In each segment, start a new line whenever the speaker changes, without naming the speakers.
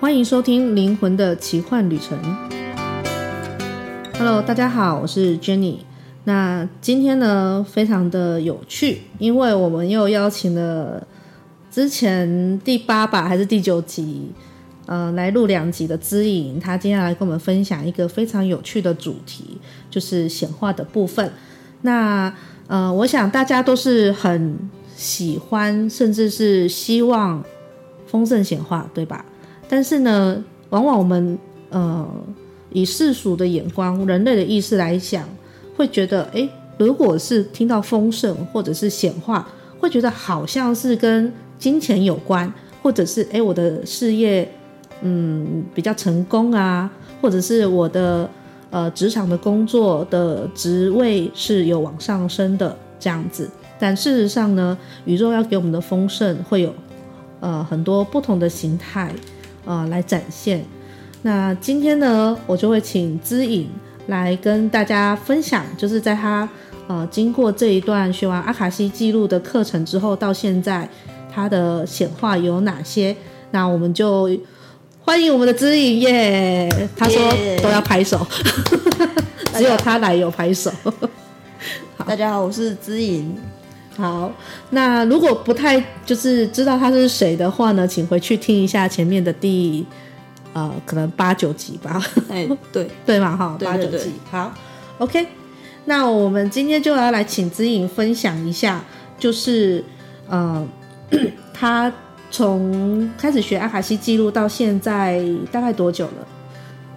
欢迎收听《灵魂的奇幻旅程》。Hello，大家好，我是 Jenny。那今天呢，非常的有趣，因为我们又邀请了之前第八吧还是第九集，呃，来录两集的知影，他今天来跟我们分享一个非常有趣的主题，就是显化的部分。那呃，我想大家都是很喜欢，甚至是希望丰盛显化，对吧？但是呢，往往我们呃以世俗的眼光、人类的意识来想，会觉得，诶，如果是听到丰盛或者是显化，会觉得好像是跟金钱有关，或者是诶，我的事业嗯比较成功啊，或者是我的呃职场的工作的职位是有往上升的这样子。但事实上呢，宇宙要给我们的丰盛会有呃很多不同的形态呃来展现。那今天呢，我就会请知影来跟大家分享，就是在他呃经过这一段学完阿卡西记录的课程之后，到现在他的显化有哪些？那我们就欢迎我们的知影耶！他说
耶
都要拍手，只有他来有拍手。
大家好，我是知 颖。
好，那如果不太就是知道他是谁的话呢，请回去听一下前面的第呃可能八九集吧，
哎，对，
对嘛哈，
对
八
对
九
对
集。好，OK，那我们今天就要来请知颖分享一下，就是呃 他从开始学阿卡西记录到现在大概多久了？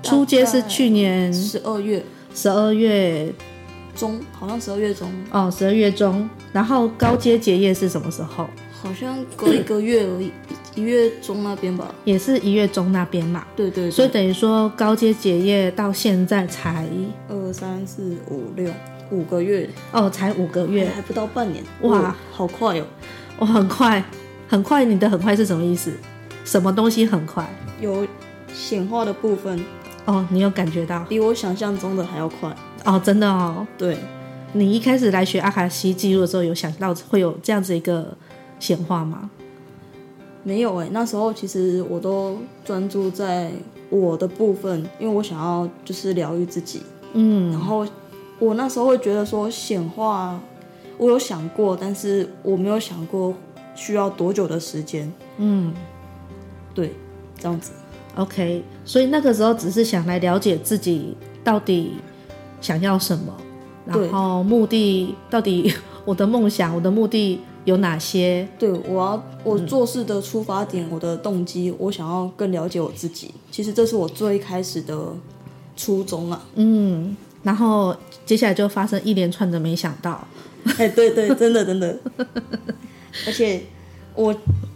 初阶是去年
十二月
十二月
中，好像十二月中，
哦，十二月中，然后高阶结业是什么时候？
好像隔一个月而已，一月中那边吧。
也是一月中那边嘛，
对对，
所以
对
等于说高阶结业到现在才
二三四五六五个月，
哦，才五个月，
还不到半年，
哇
哇，好快哦！
我、很快，很快，你的很快是什么意思？什么东西很快？
有显化的部分
哦，你有感觉到
比我想象中的还要快。
哦，真的哦，
对，
你一开始来学阿卡西记录的时候，有想到会有这样子一个显化吗？
没有哎、那时候其实我都专注在我的部分，因为我想要就是疗愈自己。嗯，然后我那时候会觉得说显化，我有想过，但是我没有想过需要多久的时间。嗯，对，这样子。
OK，所以那个时候只是想来了解自己到底想要什么，
对
然后目的到底 我的梦想、我的目的有哪些？
对，我要我做事的出发点，我的动机，我想要更了解我自己。其实这是我最开始的初衷啊。
然后接下来就发生一连串的没想到。
哎，对对，真的真的。而且我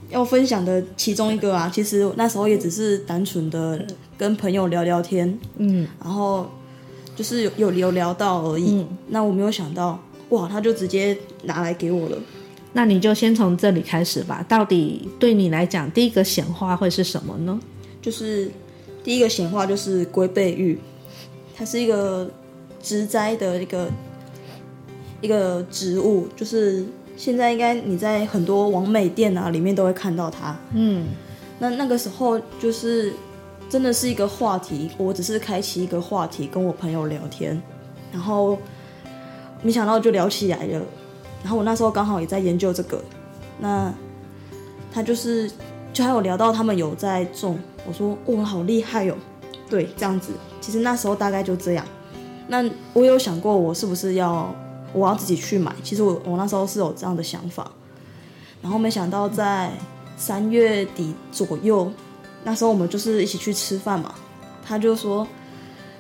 要分享的其中一个啊，其实那时候也只是单纯的跟朋友聊聊天，嗯，然后就是有有有聊到而已。那我没有想到，哇，他就直接拿来给我了。
那你就先从这里开始吧。到底对你来讲，第一个显化会是什么呢？
就是第一个显化就是龟背玉，它是一个植栽的一个一个植物，就是现在应该你在很多网美店啊里面都会看到它。嗯，那那个时候就是真的是一个话题，我只是开启一个话题跟我朋友聊天，然后没想到就聊起来了。然后我那时候刚好也在研究这个，那他就是就还有聊到他们有在种，我说哇、好厉害哦，对，这样子。其实那时候大概就这样。那我有想过，我是不是要我要自己去买？其实我我那时候是有这样的想法，然后没想到在三月底左右，那时候我们就是一起去吃饭嘛，他就说。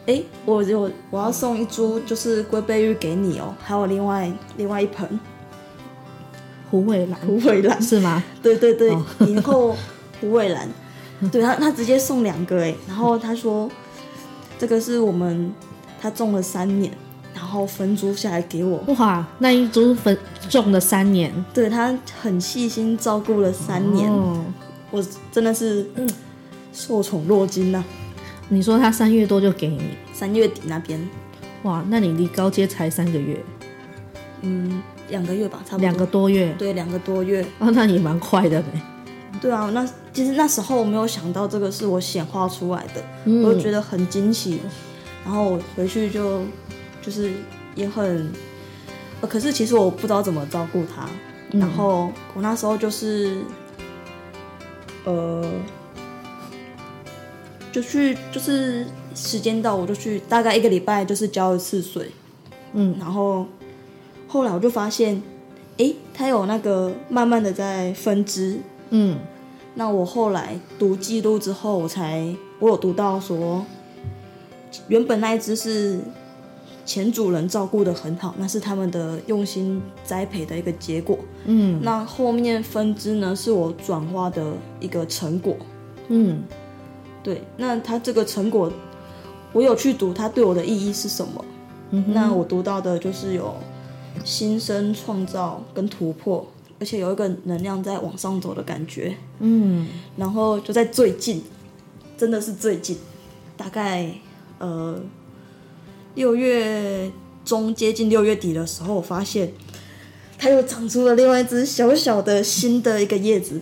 哎，我有我要送一株就是龟背玉给你哦，还有另外另外一盆
胡伟兰，
芦苇兰，
是吗？
对对对，
哦
影后胡伟 兰，对他他直接送两个哎，然后他说这个是我们他种了三年，然后分株下来给我，
哇，那一株粉种了三年，
对他很细心照顾了三年，
哦，
我真的是受宠若惊呐、
你说他三月多就给你，
三月底那边，
哇，那你离高阶才三个月，
嗯，两个月吧，差不多
两个多月，
对两个多月，
哦，那你蛮快的呢。
对啊，那其实那时候我没有想到这个是我显化出来的，我就觉得很惊奇。然后我回去就就是也很，呃可是其实我不知道怎么照顾它。然后我那时候就是，呃，就去就是时间到我就去，大概一个礼拜就是浇一次水。嗯，然后后来我就发现，诶，它有那个慢慢的在分支，
嗯
那我后来读记录之后，我才我有读到说，原本那一只是前主人照顾的很好，那是他们的用心栽培的一个结果。
嗯
那后面分支呢，是我转化的一个成果。
嗯
对，那它这个成果，我有去读，它对我的意义是什么？那我读到的就是有新生创造跟突破，而且有一个能量在往上走的感觉。
嗯
然后就在最近，真的是最近，大概呃六月中接近六月底的时候，我发现它又长出了另外一只小小的新的一个叶子。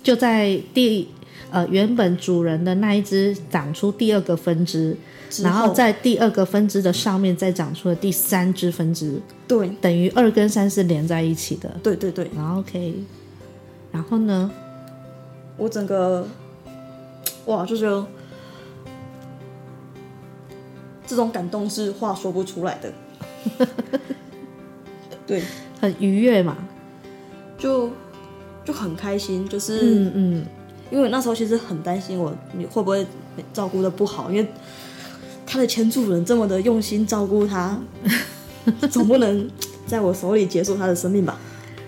就在第呃原本主人的那一只长出第二个分支，
之
然后
后
在第二个分支的上面再长出了第三只分支，
对
等于二跟三是连在一起的。
对对对，
然后 OK，然后呢？
我整个哇就觉得这种感动是话说不出 来的。对，
很愉悦嘛。
就就很开心，就是。
嗯嗯
因为我那时候其实很担心我你会不会照顾的不好，因为他的前主人这么的用心照 顾他，总不能在我手里结束他的生命吧？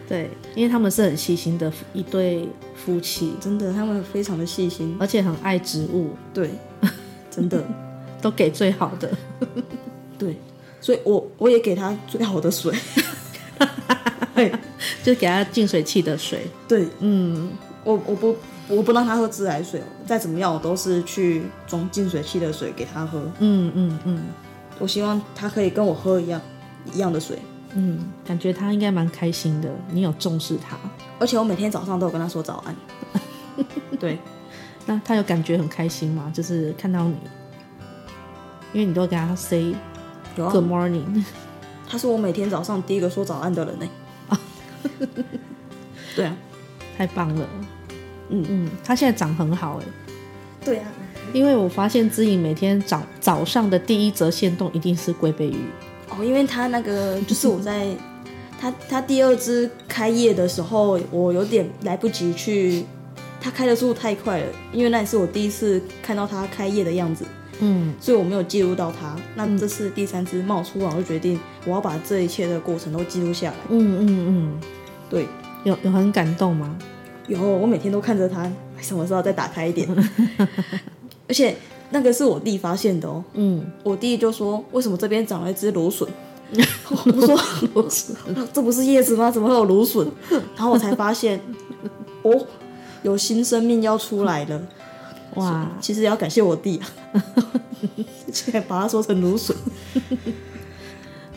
对，因为他们是很细心的一对夫妻，
真的，他们非常的细心，
而且很爱植物，
对，真的，
都给最好的。
对，所以我我也给他最好的水，
对，就给他净水器的水。
对，嗯，我我不我不让他喝自来水，再怎么样我都是去装净水器的水给他喝，
嗯嗯嗯
我希望他可以跟我喝一样一样的水，
嗯，感觉他应该蛮开心的。你有重视他，
而且我每天早上都有跟他说早安， 对。
那他有感觉很开心吗？就是看到你，因为你都给他 say
有啊
good morning。
他是我每天早上第一个说早安的人呢、 对啊，
太棒了。
嗯
嗯，它现在长很好哎、
对啊，
因为我发现知影每天早早上的第一则线动一定是龟背鱼。
哦，因为他那个就是我在他他第二只开业的时候，我有点来不及去，他开的速度太快了，因为那也是我第一次看到他开业的样子，
嗯，
所以我没有记录到他。那这次第三只冒出来，我就决定我要把这一切的过程都记录下来。
嗯嗯
对，
嗯，有有很感动吗？
有，我每天都看着它，什么时候再打开一点？而且那个是我弟发现的哦。
嗯，
我弟就说：“为什么这边长了一只芦笋？”我说：“芦笋，这不是叶子吗？怎么会有芦笋？”然后我才发现，哦，有新生命要出来了。
哇，
其实也要感谢我弟啊，竟然把它说成芦笋。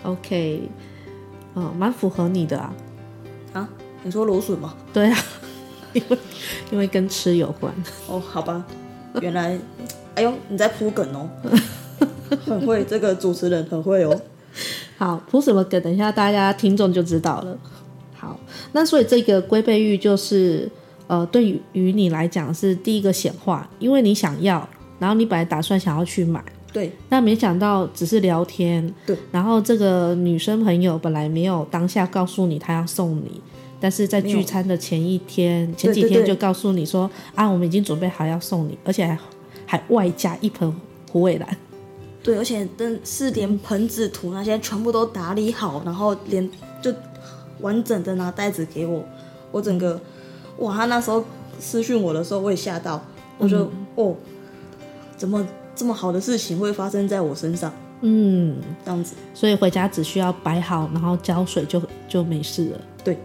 OK，嗯，蛮符合你的啊。
啊，你说芦笋吗？
对啊， 因为因为跟吃有关。
哦，好吧，原来，哎呦，你在铺梗哦，很会，这个主持人很会哦。
好，铺什么梗？等一下大家听众就知道了。好，那所以这个龟背玉就是呃，对于于你来讲是第一个显化，因为你想要，然后你本来打算想要去买，
对，
那没想到只是聊天，
对，
然后这个女生朋友本来没有当下告诉你她要送你。但是在聚餐的前一天、前几
对
天
对
就告诉你说啊，我们已经准备好要送你，而且还还外加一盆虎尾兰。
对，而且真是连盆子、土那些全部都打理好，然后连就完整的拿袋子给我，我整个哇，他那时候私讯我的时候，我也吓到，我就、哦，怎么这么好的事情会发生在我身上？
嗯，
这样子，
所以回家只需要摆好，然后浇水就就没事了。
对，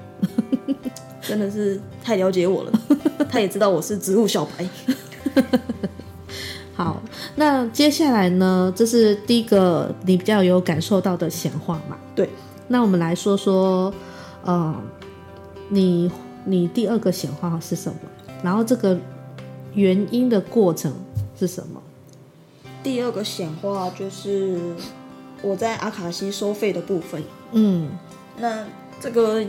真的是太了解我了，他也知道我是植物小白，
好，那接下来呢，这是第一个你比较有感受到的显化嘛？
对，
那我们来说说，呃，你你第二个显化是什么？然后这个原因的过程是什么？
第二个显化就是我在阿卡西收费的部分。
嗯
那这个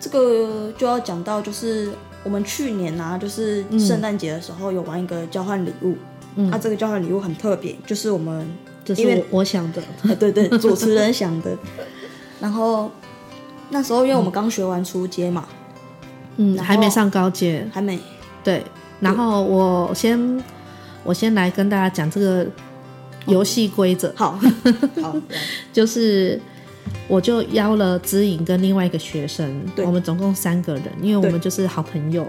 这个就要讲到，就是我们去年啊，就是圣诞节的时候有玩一个交换礼物，
嗯，
啊，这个交换礼物很特别，就是我们
这是
因为
我我想 的，
呃对对主持人想的，然后那时候因为我们刚学完初阶嘛，
嗯，
然后
还没上高阶，
还没
对，然后我先我先来跟大家讲这个游戏规则，
好好来
就是我就邀了知颖跟另外一个学生，
对
我们总共三个人，因为我们就是好朋友，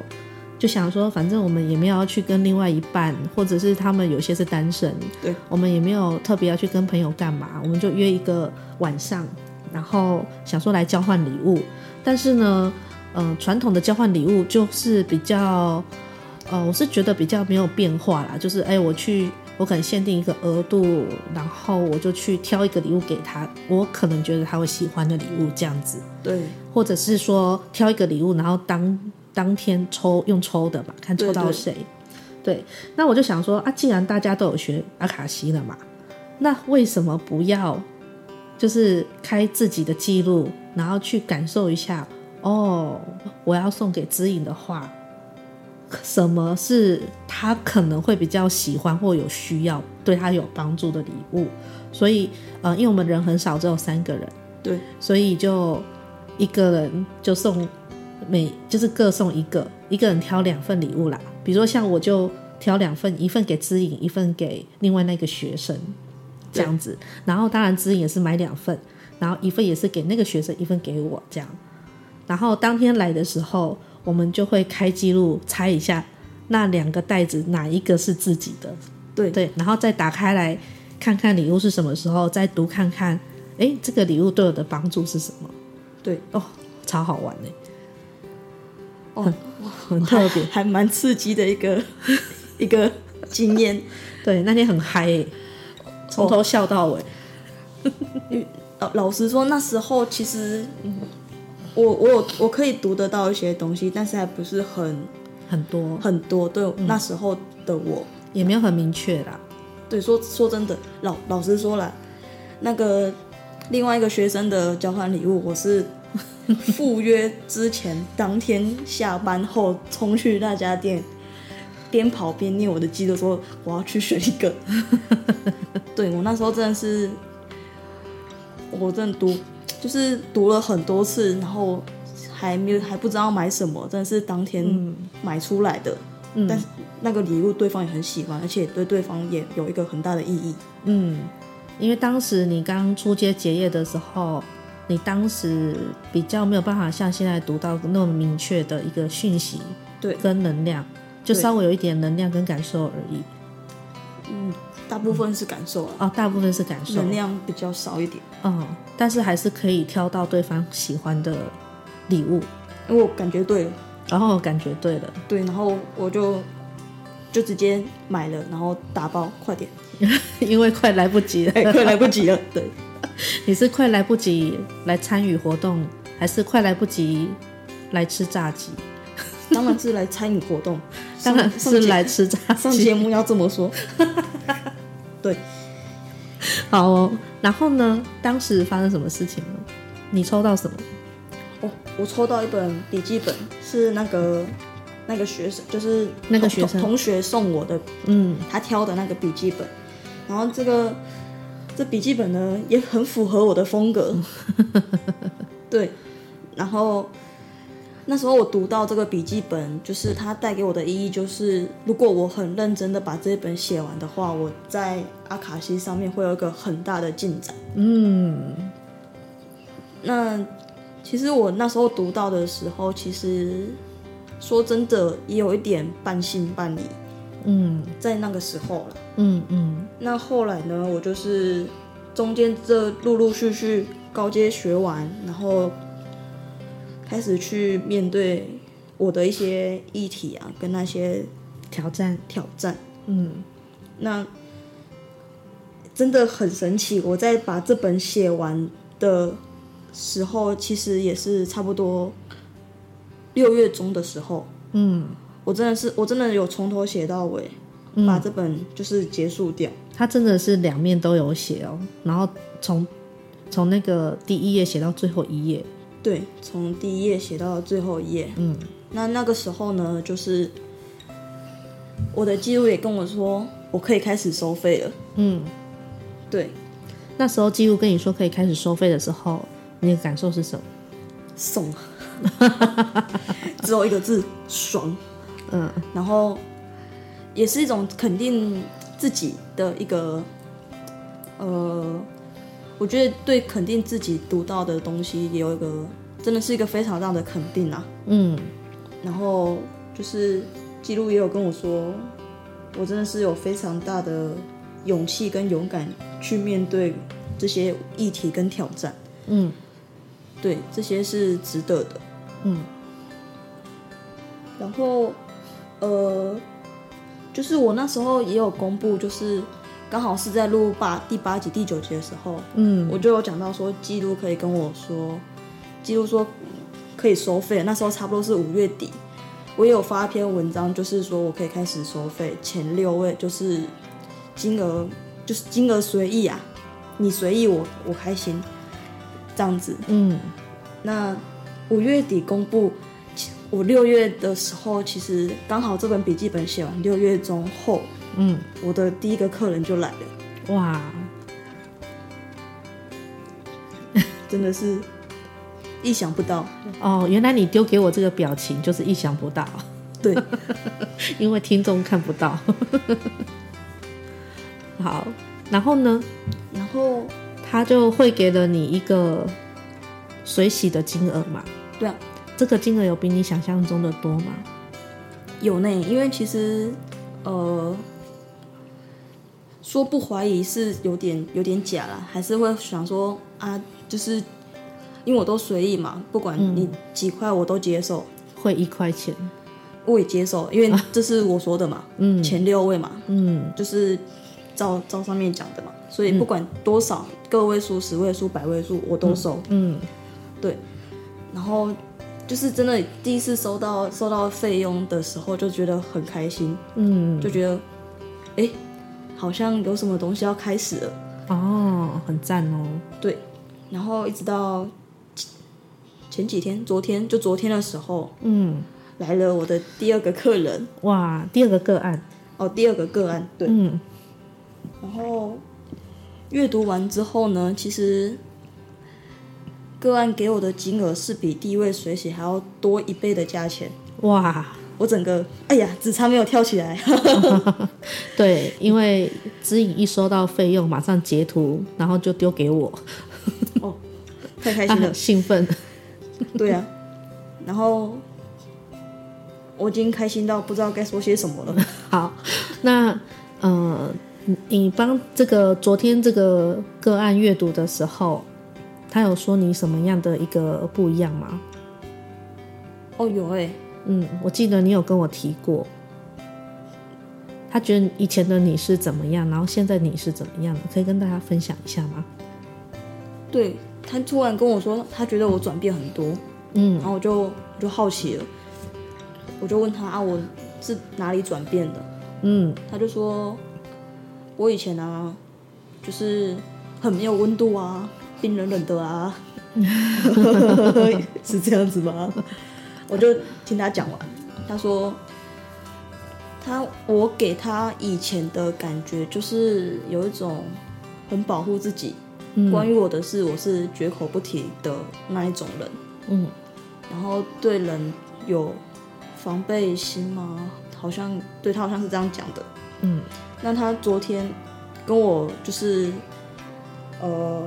就想说反正我们也没有要去跟另外一半，或者是他们有些是单身，
对，
我们也没有特别要去跟朋友干嘛，我们就约一个晚上，然后想说来交换礼物，但是呢，嗯、传统的交换礼物就是比较，呃，我是觉得比较没有变化啦，就是哎、我去，我可能限定一个额度，然后我就去挑一个礼物给他，我可能觉得他会喜欢的礼物这样子，
对
或者是说挑一个礼物，然后当当天抽用抽的嘛，看抽到谁。对，那我就想说啊，既然大家都有学阿卡西了嘛，那为什么不要就是开自己的记录，然后去感受一下？哦，我要送给指引的话，什么是他可能会比较喜欢或有需要、对他有帮助的礼物？所以，呃，因为我们人很少，只有三个人，
对
所以就一个人就送每就是各送一个，一个人挑两份礼物啦。比如说像我就挑两份，一份给知颖，一份给另外那个学生，这样子。然后当然知颖也是买两份，然后一份也是给那个学生，一份给我这样。然后当天来的时候，我们就会开记录猜一下那两个袋子哪一个是自己的。
对
对，然后再打开来看看礼物是什么时候，再读看看，哎，这个礼物对我的帮助是什么？
对，
哦，超好玩的，
哦，
很特 别。
还蛮刺激的一个一个经验。
对，那天很嗨耶，从头笑到
哦
尾。
老呃老实说，那时候其实嗯我我有我可以读得到一些东西，但是还不是很
很多
很多。对，那时候的我，
也没有很明确啦，
对说说真的，老老实说了，那个另外一个学生的交换礼物，我是 赴约之前当天下班后冲去那家店，边跑边念我的记录，说我要去选一个。 对我那时候真的是，我真的读就是读了很多次，然后还没有还不知道买什么，真的是当天买出来的。
嗯
但是那个礼物对方也很喜欢，而且对对方也有一个很大的意义。
嗯因为当时你刚出街结业的时候，你当时比较没有办法像现在读到那么明确的一个讯息，
对
跟能量，就
对
稍微有一点能量跟感受而已。
大部分是感受啊，
哦，大部分是感受
能，量比较少一点。
嗯，但是还是可以挑到对方喜欢的礼物，
因为我感觉对了，
然后感觉对 了，
对，然后我就就直接买了，然后打包，快点，
因为快来不及了。
哎、快来不及了。对，
你是快来不及来参与活动，还是快来不及来吃炸鸡？
当然是来参与活动，
当然
上
是来吃炸
上
鸡。
节目要这么说。对，
好哦，然后呢？当时发生什么事情呢？你抽到什么？
我哦我抽到一本笔记本，是那个那个学生，就是
那个
同
学生
同学送我的
嗯，
他挑的那个笔记本，然后这个这笔记本呢也很符合我的风格，对，然后那时候我读到这个笔记本，就是它带给我的意义，就是如果我很认真的把这一本写完的话，我在阿卡西上面会有一个很大的进展。嗯，那其实我那时候读到的时候，其实说真的也有一点半信半疑。在那个时候了。
嗯嗯
那后来呢，我就是中间这陆陆续续高阶学完，然后开始去面对我的一些议题啊，跟那些
挑战。
挑战。
嗯，
那真的很神奇，我在把这本写完的时候，其实也是差不多六月中的时候。嗯，我真的是我真的有从头写到尾，把这本就是结束掉。
它真的是两面都有写哦，然后从从那个第一页写到最后一页，
对，从第一页写到最后一页。嗯，那那个时候呢，就是我的记录也跟我说，我可以开始收费了。
嗯，
对，
那时候记录跟你说可以开始收费的时候，你的感受是什么？
送， 只有一个字，爽。
嗯，
然后也是一种肯定自己的一个，呃，我觉得对肯定自己读到的东西也有一个，真的是一个非常大的肯定啊。
嗯，
然后就是记录也有跟我说，我真的是有非常大的勇气跟勇敢去面对这些议题跟挑战。
嗯，
对，这些是值得的。
嗯，
然后呃，就是我那时候也有公布，就是刚好是在录八第八集、第九集的时候，
嗯，
我就有讲到说，记录可以跟我说，记录说可以收费，那时候差不多是五月底，我也有发一篇文章，就是说我可以开始收费，前六位就是金额就是金额随意啊，你随意我我开心，这样子，
嗯，
那五月底公布，其我六月的时候，其实刚好这本笔记本写完，六月中后，
嗯，
我的第一个客人就来了，
哇，
真的是意想不到。
哦，原来你丢给我这个表情就是意想不到，
对，
因为听众看不到。 好，然后呢，
然后
他就会给了你一个水洗的金额嘛，
对啊，
这个金额有比你想象中的多吗？
有呢，因为其实呃，说不怀疑是有点有点假啦，还是会想说啊，就是因为我都随意嘛，不管你几块我都接受。
会一块钱，
我也接受，因为这是我说 的嘛，嗯，前六位嘛，嗯，就是照照上面讲的嘛，所以不管多少，个位数、十位数、百位数，我都收。
嗯
然后就是真的第一次收到收到费用的时候，就觉得很开心，
嗯，
就觉得，哎、好像有什么东西要开始了，
哦，很赞哦，
对。然后一直到前前几天，昨天就昨天的时候，
嗯，
来了我的第二个客人，
哇，第二个个案，
哦，第二个个案，对，
嗯
然后阅读完之后呢，其实个案给我的金额是比第一位水洗还要多一倍的价钱。
哇，
我整个哎呀，只差没有跳起来。
对，因为指引一收到费用，马上截图，然后就丢给我，
哦，太开
他
心了
很。兴奋，
对啊，然后我已经开心到不知道该说些什么了。
好，那呃，你你帮这个昨天这个个案阅读的时候，他有说你什么样的一个不一样吗？
哦，有哎、
嗯，我记得你有跟我提过，他觉得以前的你是怎么样，然后现在你是怎么样的，可以跟大家分享一下吗？
对他突然跟我说，他觉得我转变很多。
嗯
然后我就我就好奇了，我就问他啊，我是哪里转变的？
嗯
他就说，我以前啊，就是很没有温度啊，冰冷冷的啊，是这样子吗？我就听他讲完，他说，他我给他以前的感觉就是有一种很保护自己，关于我的事我是绝口不提的那一种人，
嗯
然后对人有防备心吗？好像对他好像是这样讲的。
嗯
那他昨天跟我就是，呃，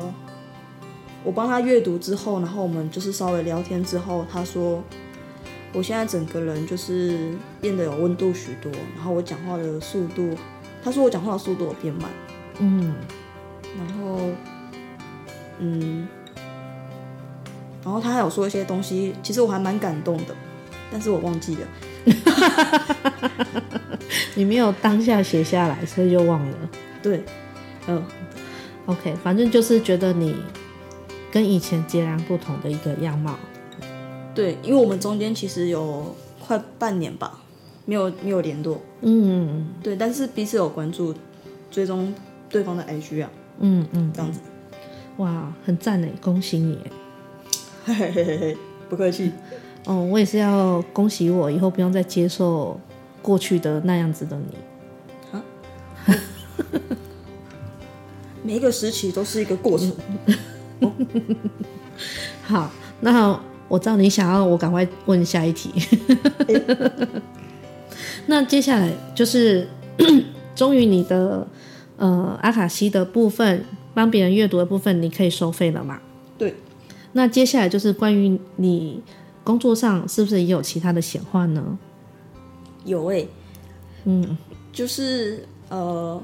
我帮他阅读之后，然后我们就是稍微聊天之后，他说我现在整个人就是变得有温度许多，然后我讲话的速度，他说我讲话的速度有变慢，
嗯
然后，嗯，然后他还有说一些东西，其实我还蛮感动的，但是我忘记了。
你没有当下写下来，所以就忘了。
对，嗯，
OK，反正就是觉得你跟以前截然不同的一个样貌。
对，因为我们中间其实有快半年吧，没有没有联络，
嗯
对，但是彼此有关注，追踪对方的 IG 啊，
嗯嗯，
这样子。
哇，很赞哎，恭喜你耶！
嘿嘿嘿嘿嘿，不客气。
哦，我也是要恭喜我，以后不用再接受过去的那样子的你。
每一个时期都是一个过程，
嗯好，那我知道你想要我赶快问下一题。 那接下来就是 终于你的呃阿卡西的部分，帮别人阅读的部分，你可以收费了嘛？
对。
那接下来就是关于你工作上是不是也有其他的显化呢？
有诶、
嗯
就是呃，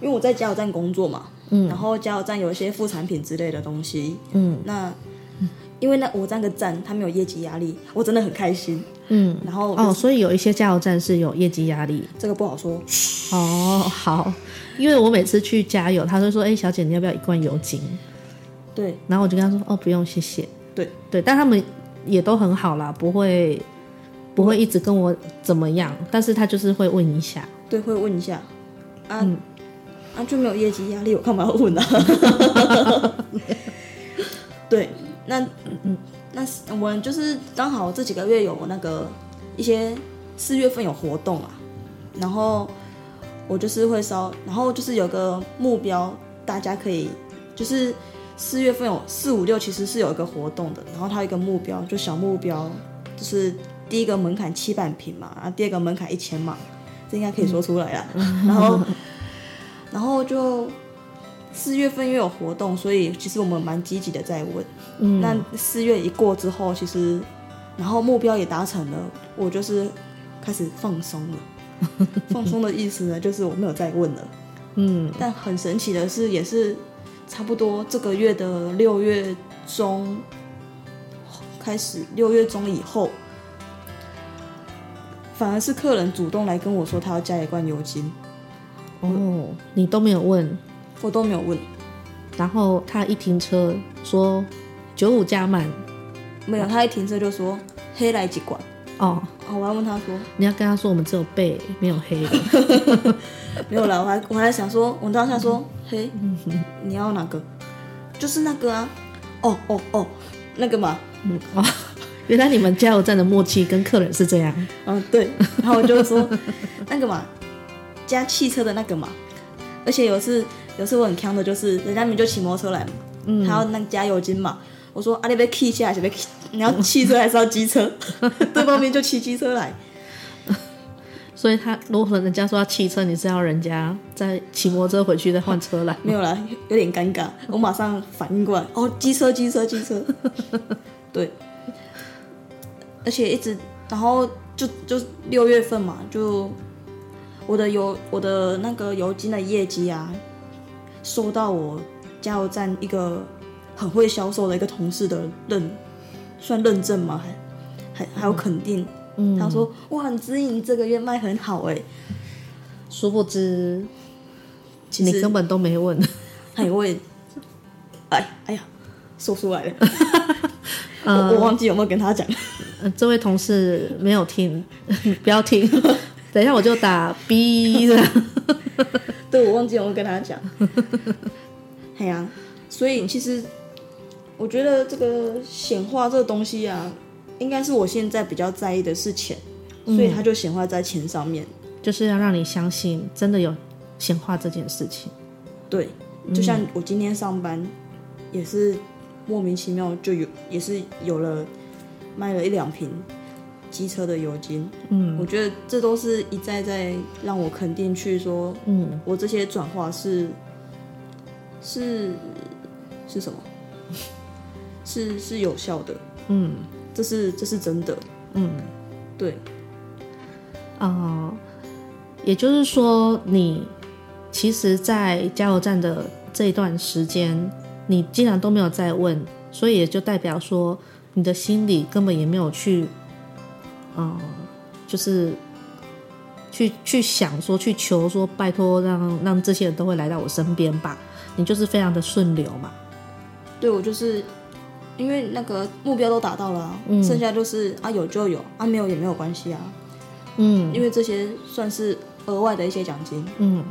因为我在加油站工作嘛，
嗯
然后加油站有一些副产品之类的东西，
嗯
那因为那我站个站，它没有业绩压力，我真的很开心。
嗯。
然后
哦，所以有一些加油站是有业绩压力
这个不好说，
哦。好，因为我每次去加油，他都说：“哎、小姐，你要不要一罐油精？”
对
然后我就跟他说：“哦，不用，谢谢。”
对
对，但他们也都很好啦，不会不会一直跟我怎么样，但是他就是会问一下。
对，会问一下啊、啊，就没有业绩压力，我干嘛要问啊？对，那那我们就是刚好这几个月有那个一些四月份有活动啊，然后我就是会烧，然后就是有个目标，大家可以就是四月份有四五六其实是有一个活动的，然后它有一个目标，就小目标，就是第一个门槛七百平嘛，然啊后第二个门槛一千嘛，这应该可以说出来啦。然后然后就四月份因为有活动，所以其实我们蛮积极的在问。
嗯，
那四月一过之后，其实然后目标也达成了，我就是开始放松了。 放松的意思呢，就是我没有再问了。
嗯
但很神奇的是，也是差不多这个月的六月中开始，六月中以后，反而是客人主动来跟我说他要加一罐油精，
哦，你都没有问，
我都没有问，
然后他一停车说九五加满
没有，他一停车就说黑来几罐。
哦，
啊我还问他说
你要跟他说我们只有背没有黑的，
没有啦，我还我还在想说，我当下说，嘿，你要哪个？就是那个啊，哦哦哦，那个嘛，
嗯哦，原来你们加油站的默契跟客人是这样
嗯，对，然后我就说那个嘛，加汽车的那个嘛。而且有一次，有一次我很坑的，就是人家明明就骑摩托车来嘛，他要那个加油金嘛，我说啊，你被汽车还是被汽，你要汽车还是要机车？ 对方面就骑机车来，
所以他如果人家说要汽车，你是要人家再骑摩托车回去再换车来，
没有啦，有点尴尬，我马上反应过来，哦，机车，机车，机车，对，而且一直，然后就就六月份嘛，就我的油，我的那个油精的业绩啊，受到我加油站一个很会销售的一个同事的认，算认证吗？还还还有肯定，
嗯
他说哇，你知影这个月卖很好哎、
殊不知
其
你
实
根本都没问。
哎，我也，哎哎呀，说出来了，我我忘记有没有跟他讲。
嗯， 这位同事没有听， 不要 听。等一下我就打 B 的。
对，我忘记有没有跟他讲。哎呀、所以其实我觉得这个显化这个东西啊，应该是我现在比较在意的是钱，所以它就显化在钱上面。
就是要让你相信真的有显化这件事情。
对，
嗯
就像我今天上班，也是莫名其妙就有，也是有了卖了一两瓶机车的油精。嗯，我觉得这都是一再在让我肯定去说，
嗯，
我这些转化是是是什么？ 是是有效的。
嗯，
这是这是真的。
嗯，
对，
啊、也就是说，你其实，在加油站的这一段时间，你竟然都没有再问，所以也就代表说，你的心里根本也没有去，嗯、就是去去想说，去求说，拜托让让这些人都会来到我身边吧。你就是非常的顺流嘛，
对我就是
嗯
因为那个目标都达到了、啊，剩下就是啊有就有啊没有也没有关系啊。
嗯
因为这些算是额外的一些奖金。
嗯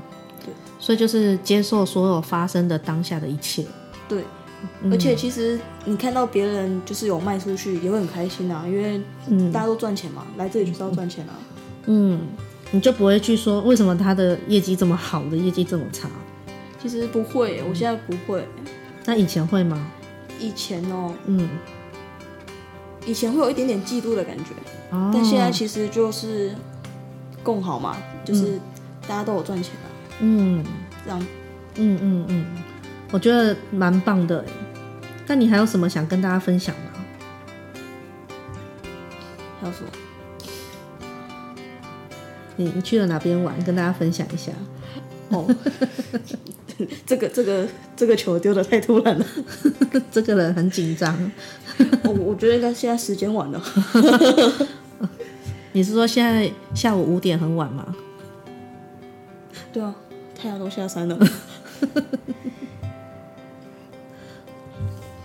对，
所以就是接受所有发生的当下的一切。
对，而且其实你看到别人就是有卖出去，也会很开心啊，因为大家都赚钱嘛，来这里就是要赚钱啊。
嗯，你就不会去说为什么他的业绩这么好，我的业绩这么差？
其实不会，我现在不会。
那以前会吗？
以前哦，
嗯，
以前会有一点点嫉妒的感觉，
哦，
但现在其实就是共好嘛，就是大家都有赚钱啊，
嗯
这样
嗯嗯嗯，我觉得蛮棒的欸。那你还有什么想跟大家分享吗？
还有什么？
你你去了哪边玩？跟大家分享一下。
哦，这个这个这个球丢的太突然了，
这个人很紧张。
我我觉得应该现在时间晚了，
你是说现在下午五点很晚吗？
对啊，太阳都下山了。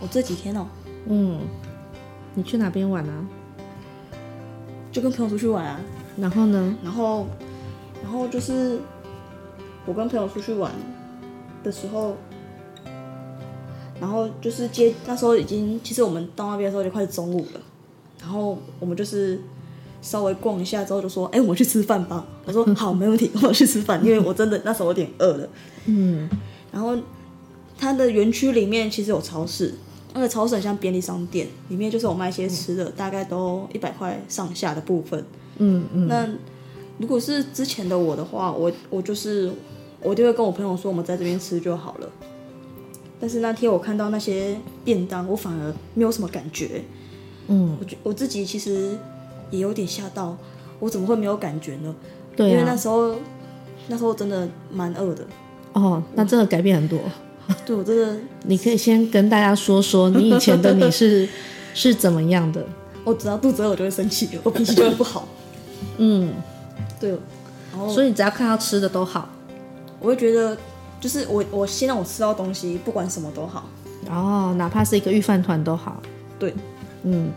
我这几天哦，
嗯，你去哪边玩啊？
就跟朋友出去玩啊，
然后呢？
然后然后就是我跟朋友出去玩的时候，然后就是接那时候已经，其实我们到那边的时候就快中午了，然后我们就是稍微逛一下之后就说，哎、我们去吃饭吧。我说好，没问题，我们去吃饭，因为我真的那时候有点饿了。
嗯
然后它的园区里面其实有超市，那个超市很像便利商店，里面就是有卖一些吃的，大概都一百块上下的部分。
嗯嗯
那如果是之前的我的话，我我就是我就会跟我朋友说，我们在这边吃就好了。但是那天我看到那些便当，我反而没有什么感觉。
嗯，
我觉我自己其实也有点吓到，我怎么会没有感觉呢？
对
因为那
啊。
时候那时候真的蛮饿的，
哦，那真的改变很多。
对我真的
你可以先跟大家说说你以前的你 是是怎么样的。
我只要肚子饿我就会生气，我脾气就会 不好。
嗯，
对，
所以你只要看到吃的都好。
我会觉得就是我我先让我吃到东西，不管什么都好。
哦，哪怕是一个预饭团都好。
对，
嗯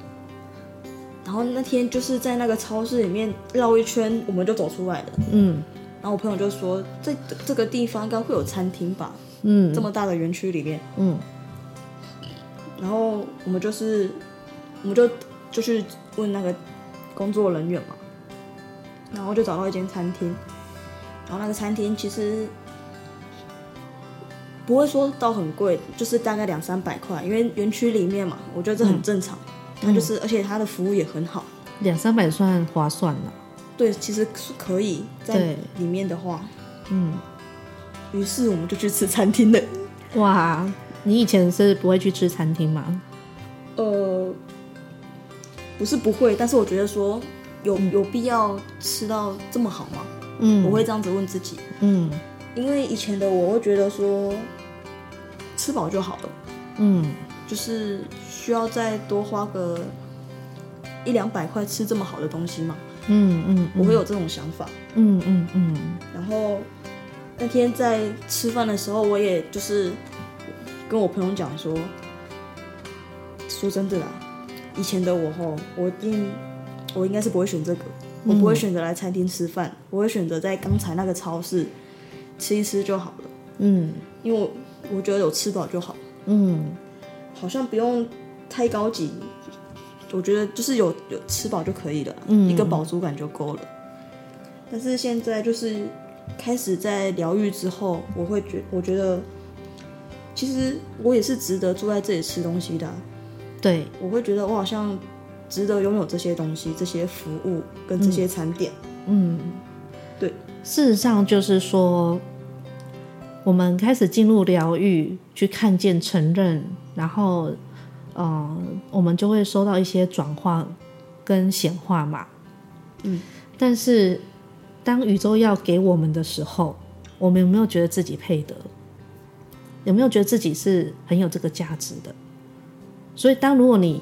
然后那天就是在那个超市里面绕一圈，我们就走出来了。
嗯
然后我朋友就说，这这个地方应该会有餐厅吧？
嗯
这么大的园区里面，
嗯
然后我们就是，我们就就去问那个工作人员嘛，然后就找到一间餐厅，然后那个餐厅其实不会说到很贵，就是大概两三百块，因为园区里面嘛，我觉得这很正常。它就是，而且它的服务也很好，
两三百算划算了。
对，其实是可以在
对
里面的话，
嗯，
于是我们就去吃餐厅了。
哇，你以前是不会去吃餐厅吗？
呃，不是不会，但是我觉得说有有必要吃到这么好吗？
嗯
我会这样子问自己，
嗯
因为以前的我会觉得说吃饱就好了，
嗯
就是需要再多花个一两百块吃这么好的东西嘛，
嗯嗯，
我会有这种想法。
嗯嗯嗯
然后那天在吃饭的时候，我也就是跟我朋友讲说，说真的啦，以前的我吼，我一定我应该是不会选这个，我不会选择来餐厅吃饭，我会选择在刚才那个超市吃一吃就好了，
嗯
因为我我觉得有吃饱就好，
嗯
好像不用太高级。我觉得就是有有吃饱就可以了啦，
嗯
一个饱足感就够了。但是现在就是开始在疗愈之后，我会觉我觉得，其实我也是值得住在这里吃东西的啊、
嗯，对，
我会觉得我好像值得拥有这些东西、这些服务跟这些餐点。
嗯，
对，
事实上就是说，我们开始进入疗愈，去看见、承认，然后，呃，我们就会收到一些转化跟显化嘛。
嗯，
但是当宇宙要给我们的时候，我们有没有觉得自己配得？有没有觉得自己是很有这个价值的？所以，当如果你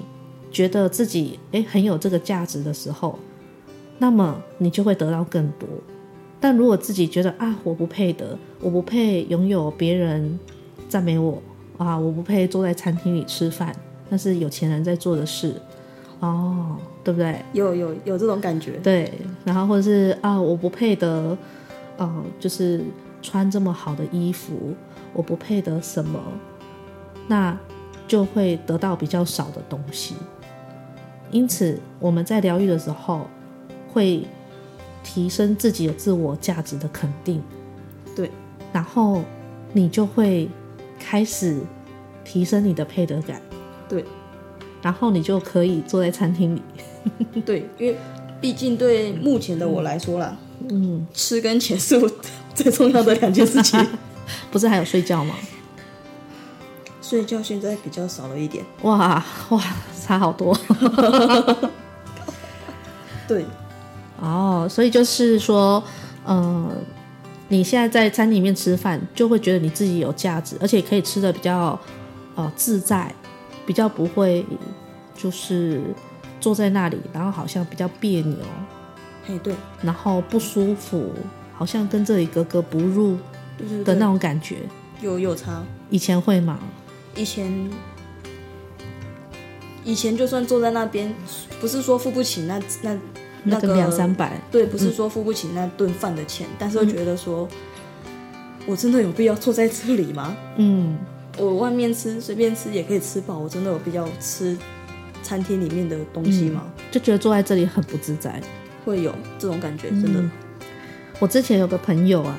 觉得自己诶很有这个价值的时候，那么你就会得到更多。但如果自己觉得啊，我不配得，我不配拥有别人赞美我啊，我不配坐在餐厅里吃饭，那是有钱人在做的事，哦，对不对？
有有有这种感觉，
对，然后或者是啊，我不配得，呃，就是穿这么好的衣服，我不配得什么，那就会得到比较少的东西。因此，我们在疗愈的时候，会提升自己的自我价值的肯定，
对，
然后你就会开始提升你的配得感，
对，
然后你就可以坐在餐厅里，
对，因为毕竟对目前的我来说啦，嗯，吃跟钱是我 最重要的两件事 情。
不是还有睡觉吗？
睡觉现在比较少了一点，
哇哇，差好多
对，
哦。所以就是说，呃，你现在在餐厅里面吃饭，就会觉得你自己有价值，而且可以吃的比较呃自在，比较不会就是坐在那里，然后好像比较别扭，
嘿，对，
然后不舒服，好像跟这里格格不入
就是
的
这
那种感觉。
有有差。
以前会吗？
以前以前就算坐在那边，不是说付不起那那
那
个
个两三嗯百，
对，不是说付不起那顿饭的钱，但是会觉得说，我真的有必要坐在这里吗？
嗯，
我外面吃随便吃也可以吃饱，我真的有必要吃餐厅里面的东西吗？
就觉得坐在这里很不自在。
会有这种感觉，真的。
我之前有个朋友啊，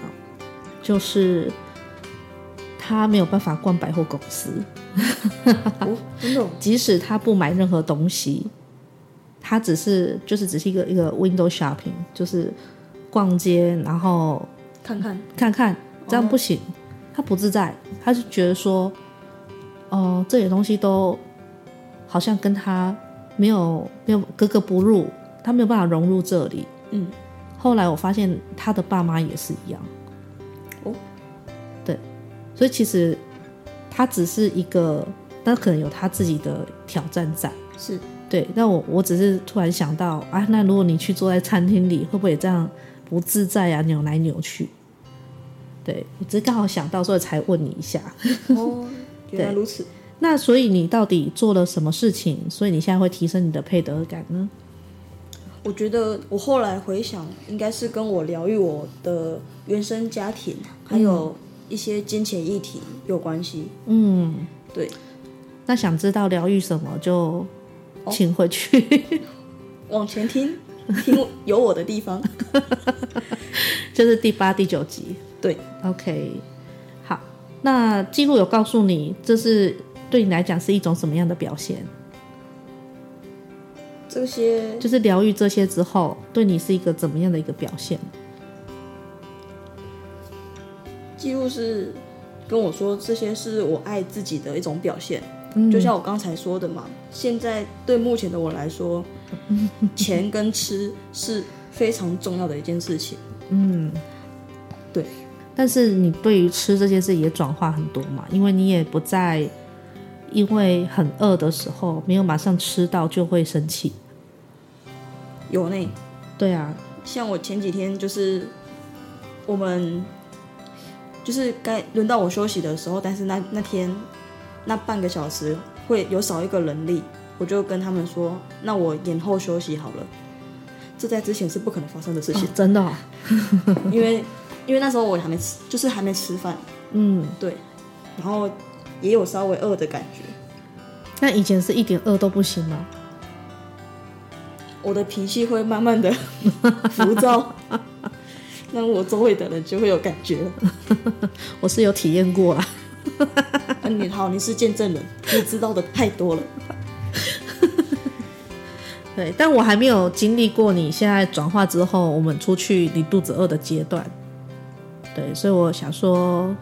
就是他没有办法逛百货公司，嗯
哦，真的哦、
即使他不买任何东西，他只是就是只是一个一个 window shopping，就是逛街，然后
看看，
看看，这样不行，他不自在，他就觉得说，哦、这些东西都好像跟他没有没有格格不入，他没有办法融入这里。
嗯，
后来我发现他的爸妈也是一样。
哦，
对，所以其实他只是一个，他可能有他自己的挑战在。
是
对，那我我只是突然想到啊，那如果你去坐在餐厅里，会不会也这样不自在啊，扭来扭去？对，我只是刚好想到，所以才问你一下。
哦，原来如此。
那所以你到底做了什么事情？所以你现在会提升你的配得感呢？
我觉得我后来回想，应该是跟我疗愈我的原生家庭，还有一些金钱议题有关系。
嗯，
对。
那想知道疗愈什么就请回去。
往前听，听我有我的地方。
这是第八、第九集。
对
，OK，好。那记录有告诉你，这是对你来讲是一种什么样的表现？
这些
就是疗愈这些之后，对你是一个怎么样的一个表现？
记录是跟我说，这些是我爱自己的一种表现。就像我刚才说的嘛，现在对目前的我来说，钱跟吃是非常重要的一件事情。
但是你对于吃这件事也转化很多嘛，因为你也不再因为很饿的时候没有马上吃到就会生气。
有呢，
对啊，
像我前几天就是我们就是该轮到我休息的时候，但是那那天那半个小时会有少一个人力，我就跟他们说，那我延后休息好了。这在之前是不可能发生的事
哦
情，
真的哦、
因为因为那时候我还没吃，就是还没吃饭，
嗯，
对，然后也有稍微饿的感觉。
那以前是一点饿都不行吗？
我的脾气会慢慢的浮躁，那我周围的人就会有感觉了。
我是有体验过啊。
啊，你好，你是见证人，你知道的太多了。
对，但我还没有经历过你现在转化之后，我们出去你肚子饿的阶段。对，所以我想说，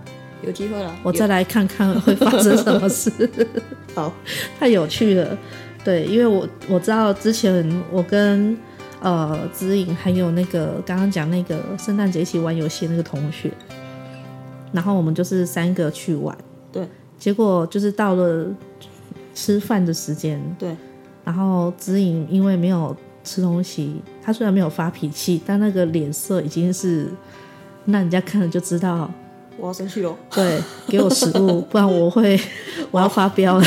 有机会了，
我再来看看会发生什么事，
有 好，
太有趣了。对，因为我我知道之前我跟呃知颖还有那个刚刚讲那个圣诞节一起玩游戏的那个同学，然后我们就是三个去玩，
对
结果就是到了吃饭的时间，
对，
然后知颖因为没有吃东西，她虽然没有发脾气，但那个脸色已经是，那人家看了就知道，
我要生气喽。
对，给我食物，不然我会我要发飙了。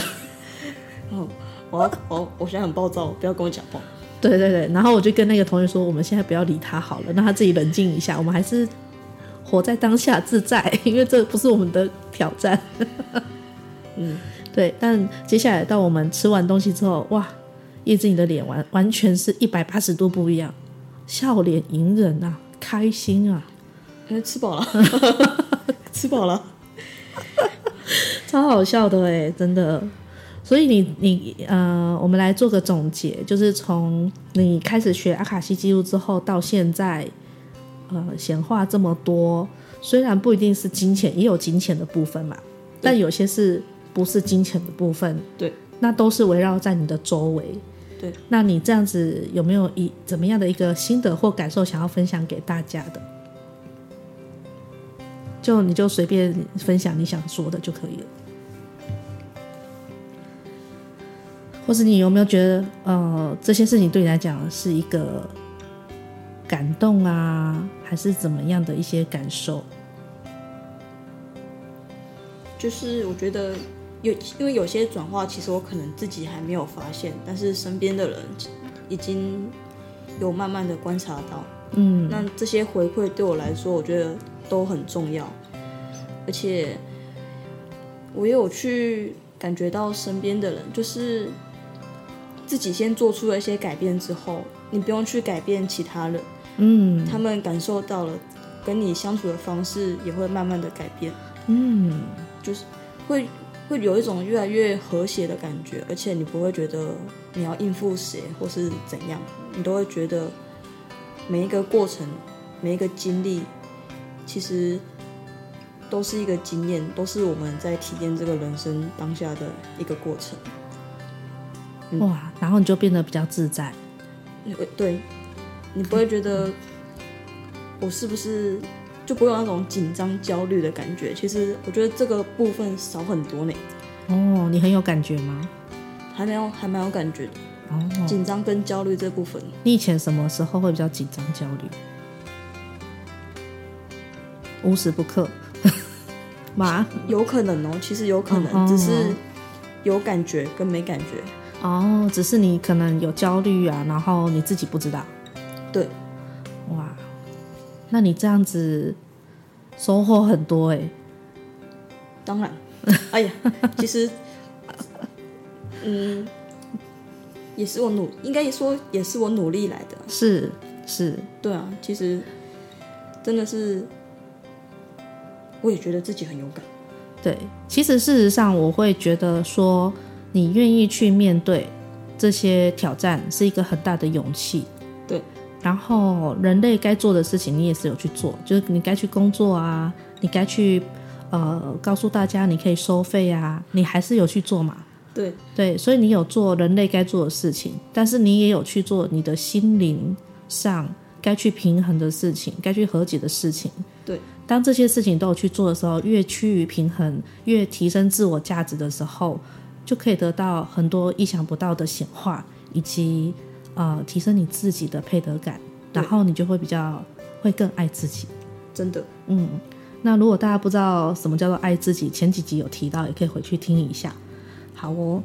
我要我我现在很暴躁，不要跟我讲话。
对对对，然后我就跟那个同学说，我们现在不要理他好了，让他自己冷静一下，我们还是活在当下自在，因为这不是我们的挑战。 嗯，对。但接下来到我们吃完东西之后，哇，叶子你的脸完完全是一百八十度不一样，笑脸迎人啊，开心啊，
因为吃饱了，吃饱了。
超好笑的哎，真的。所以你你呃，我们来做个总结，就是从你开始学阿卡西记录之后到现在，呃，显化这么多，虽然不一定是金钱，也有金钱的部分嘛，但有些是不是金钱的部分，
对，
那都是围绕在你的周围。
对，
那你这样子有没有一怎么样的一个心得或感受想要分享给大家的？就你就随便分享你想说的就可以了。或是你有没有觉得，呃，这些事情对你来讲是一个感动啊，还是怎么样的一些感受？
就是我觉得有，因为有些转化，其实我可能自己还没有发现，但是身边的人已经有慢慢的观察到。嗯，那这些回馈对我来说，我觉得都很重要，而且我也有去感觉到身边的人，就是自己先做出了一些改变之后，你不用去改变其他人，嗯，他们感受到了，跟你相处的方式也会慢慢的改变。会会有一种越来越和谐的感觉，而且你不会觉得你要应付谁或是怎样，你都会觉得每一个过程、每一个经历，其实都是一个经验，都是我们在体验这个人生当下的一个过程。
哇，然后你就变得比较自在。
你会呃对，你不会觉得我是不是就不会有那种紧张、焦虑的感觉？其实我觉得这个部分少很多呢，
哦，你很有感觉吗？
还没有还蛮有感觉的，
哦，
紧张跟焦虑这部分。
你以前什么时候会比较紧张焦虑？无时不刻， 嘛？
有可能哦，其实有可能，
嗯
只是有感觉跟没感觉。
哦，只是你可能有焦虑啊，然后你自己不知道。
对，
哇，那你这样子收获很多哎、
当 然，哎呀，其实，嗯，也是我努，应该说也是我努力来的。
是是，
对啊，其实真的是，我也觉得自己很勇敢。
对，其实事实上，我会觉得说，你愿意去面对这些挑战，是一个很大的勇气。
对，
然后人类该做的事情，你也是有去做，就是你该去工作啊，你该去呃告诉大家你可以收费啊，你还是有去做嘛。
对，
对，所以你有做人类该做的事情，但是你也有去做你的心灵上该去平衡的事情，该去和解的事情。
对，
当这些事情都有去做的时候，越趋于平衡，越提升自我价值的时候，就可以得到很多意想不到的显化，以及呃提升你自己的配得感，然后你就会比较会更爱自己。
真的，
那如果大家不知道什么叫做爱自己，前几集有提到，也可以回去听一下。好哦，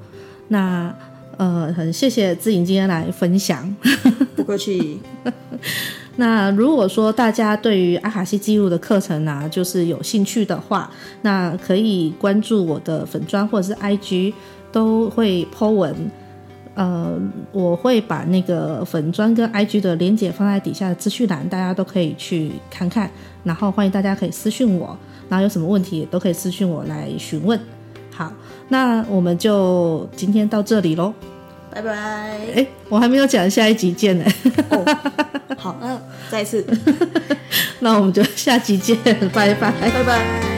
那呃，很谢谢志颖今天来分享。
不 客气。
那如果说大家对于阿卡西记录的课程啊，就是有兴趣的话，那可以关注我的粉砖或者是 IG，都会 po 文。呃，我会把那个粉砖跟 IG 的连接放在底下的资讯栏，大家都可以去看看。然后欢迎大家可以私讯我，然后有什么问题也都可以私讯我来询问。好，那我们就今天到这里喽。
拜拜。
哎，我还没有讲下一集见呢，
哦，好，那再一次，
那我们就下集见，拜拜。
拜拜。